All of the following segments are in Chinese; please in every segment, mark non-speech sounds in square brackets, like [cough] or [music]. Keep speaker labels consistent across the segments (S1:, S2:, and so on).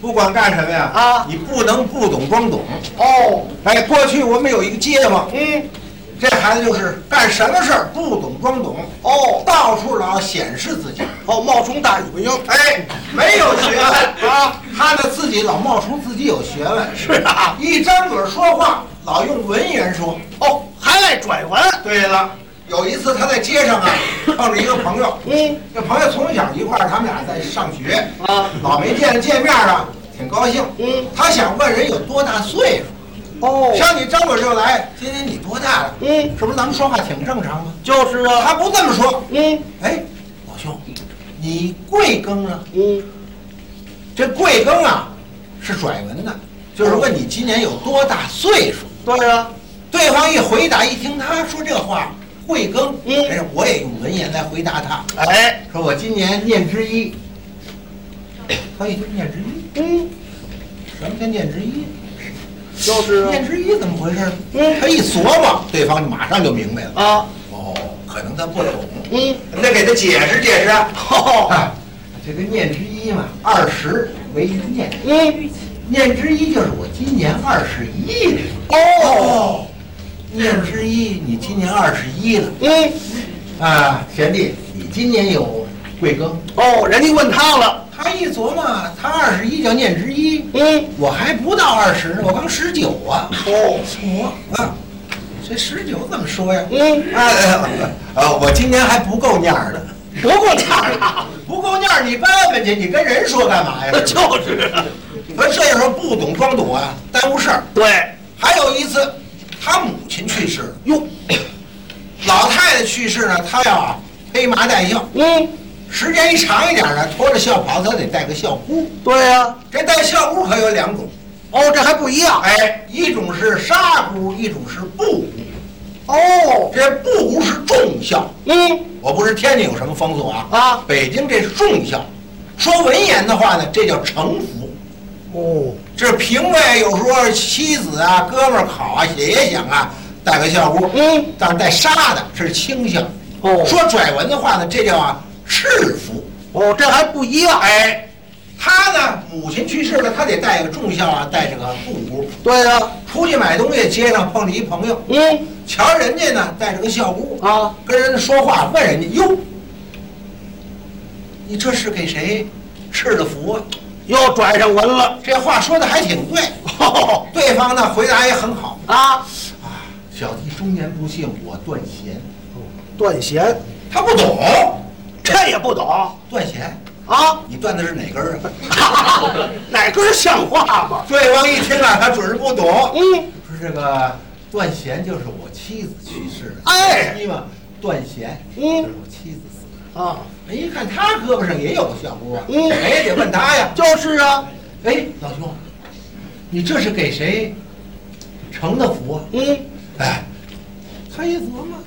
S1: 不管干什么呀，
S2: 啊
S1: 你不能不懂装懂。
S2: 哦，
S1: 哎，过去我们有一个街坊，
S2: 嗯，
S1: 这孩子就是干什么事儿不懂装懂，
S2: 哦
S1: 到处老显示自己。
S2: 哦，冒充大尾巴鹰，
S1: 哎，没有学问
S2: [laughs] 啊！
S1: 他呢自己老冒充自己有学问，
S2: 是啊，
S1: 一张嘴说话老用文言说。
S2: 哦，还爱拽环，
S1: 对了，有一次他在街
S2: [laughs]
S1: 上啊碰着一个朋友，
S2: 嗯，
S1: 这朋友从小一块儿，他们俩在上学
S2: 啊
S1: 老没见见面啊，挺高兴。
S2: 嗯，
S1: 他想问人有多大岁数，
S2: 哦，
S1: 像你张嘴就来，今年你多大了？
S2: 嗯，
S1: 是不是咱们说话挺正常吗？
S2: 就是啊，
S1: 他不这么说，
S2: 嗯
S1: 哎，老兄，你贵庚啊？
S2: 嗯，
S1: 这贵庚啊，是拽文的，就是问你今年有多大岁数。
S2: 对啊，
S1: 对方一回答，一听他说这话，贵庚，
S2: 嗯
S1: 哎，我也用文言来回答他，
S2: 哎，
S1: 说我今年念之一。他一听念之一，
S2: 嗯，
S1: 什么叫念之一？
S2: 就是啊
S1: 念，之一怎么回事呢？
S2: 嗯
S1: 他一琢磨，对方就马上就明白了。
S2: 啊，
S1: 哦，可能他不懂，
S2: 嗯，
S1: 咱得给他解释解释啊。
S2: 哦，
S1: 啊，这个念之一嘛，二十为一念，
S2: 嗯，
S1: 念之一就是我今年二十一了。
S2: 哦，，
S1: 念之一，你今年二十一了
S2: 嗯，
S1: 啊，贤弟，你今年有贵庚？
S2: 哦，人家问他了，
S1: 他一琢磨，他二十一叫念之一，
S2: 嗯，
S1: 我还不到二十呢，我刚十九啊。
S2: 哦，
S1: 我啊，这十九怎么说呀？
S2: 嗯，
S1: 啊，呃，我今年还不够念儿呢，
S2: 不过他了，
S1: 不够念儿你办办去，你跟人说干嘛呀？
S2: 那就是啊，
S1: 我这时候不懂装懂啊，耽误事儿。
S2: 对，
S1: 还有一次，他母亲去世了，
S2: 哟，
S1: 老太太去世呢，他要啊披麻戴孝，
S2: 嗯，
S1: 时间一长一点呢，拖着孝袍，他得戴个孝箍。
S2: 对呀，
S1: 这戴孝箍可有两种，
S2: 哦，这还不一样，
S1: 哎，一种是纱箍，一种是布箍。
S2: 哦，
S1: 这布箍是重孝，
S2: 嗯，
S1: 我不是天津有什么风俗啊，
S2: 啊
S1: 北京这是重孝。说文言的话呢，这叫成服。
S2: 哦，
S1: 这平辈有时候妻子啊、哥们儿好啊、也也想啊，戴个孝箍，
S2: 嗯，
S1: 但是带纱的这是倾向。
S2: 哦
S1: 说拽文的话呢，这叫啊赤服。
S2: 哦，这还不一样，
S1: 哎，他呢，母亲去世了，他得带个重孝啊，带这个布箍。
S2: 对呀，
S1: 出去买东西，街上碰着一朋友，
S2: 嗯，
S1: 瞧人家呢带着个孝箍，
S2: 啊，
S1: 跟人家说话，问人家哟，你这是给谁吃的福啊？
S2: 又拽上文了，
S1: 这话说的还挺对。
S2: 哦，
S1: 对方呢回答也很好，
S2: 啊，
S1: 啊，小弟中年不幸，我断弦。
S2: 断弦，
S1: 他不懂，
S2: 这也不懂
S1: 断弦，
S2: 啊， [laughs]
S1: 你断的是哪根儿啊？ [laughs]
S2: 哪根儿像话嘛？
S1: 对方一听啊，他准是不懂。
S2: 嗯，
S1: 说这个断弦就是我妻子去世了，
S2: 哎
S1: 妻嘛，断弦，
S2: 嗯
S1: 就是我妻子死了。
S2: 啊，
S1: 人一看他胳膊上也有个小箍啊，
S2: 嗯
S1: 人也得问他呀。
S2: 就是啊，
S1: 哎，老兄，你这是给谁成的福啊？
S2: 嗯，
S1: 哎，他一琢磨，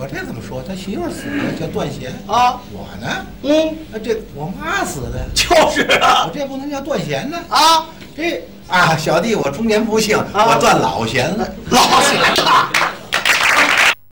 S1: 我这怎么说？他媳妇儿死了叫断弦，
S2: 啊，
S1: 我呢，
S2: 嗯，
S1: 那这我妈死的，
S2: 就是
S1: 我
S2: 啊，
S1: 这不能叫断弦呢。
S2: 啊，
S1: 这啊，小弟我中年不幸，
S2: 啊
S1: 我断老弦了。
S2: 老弦呐，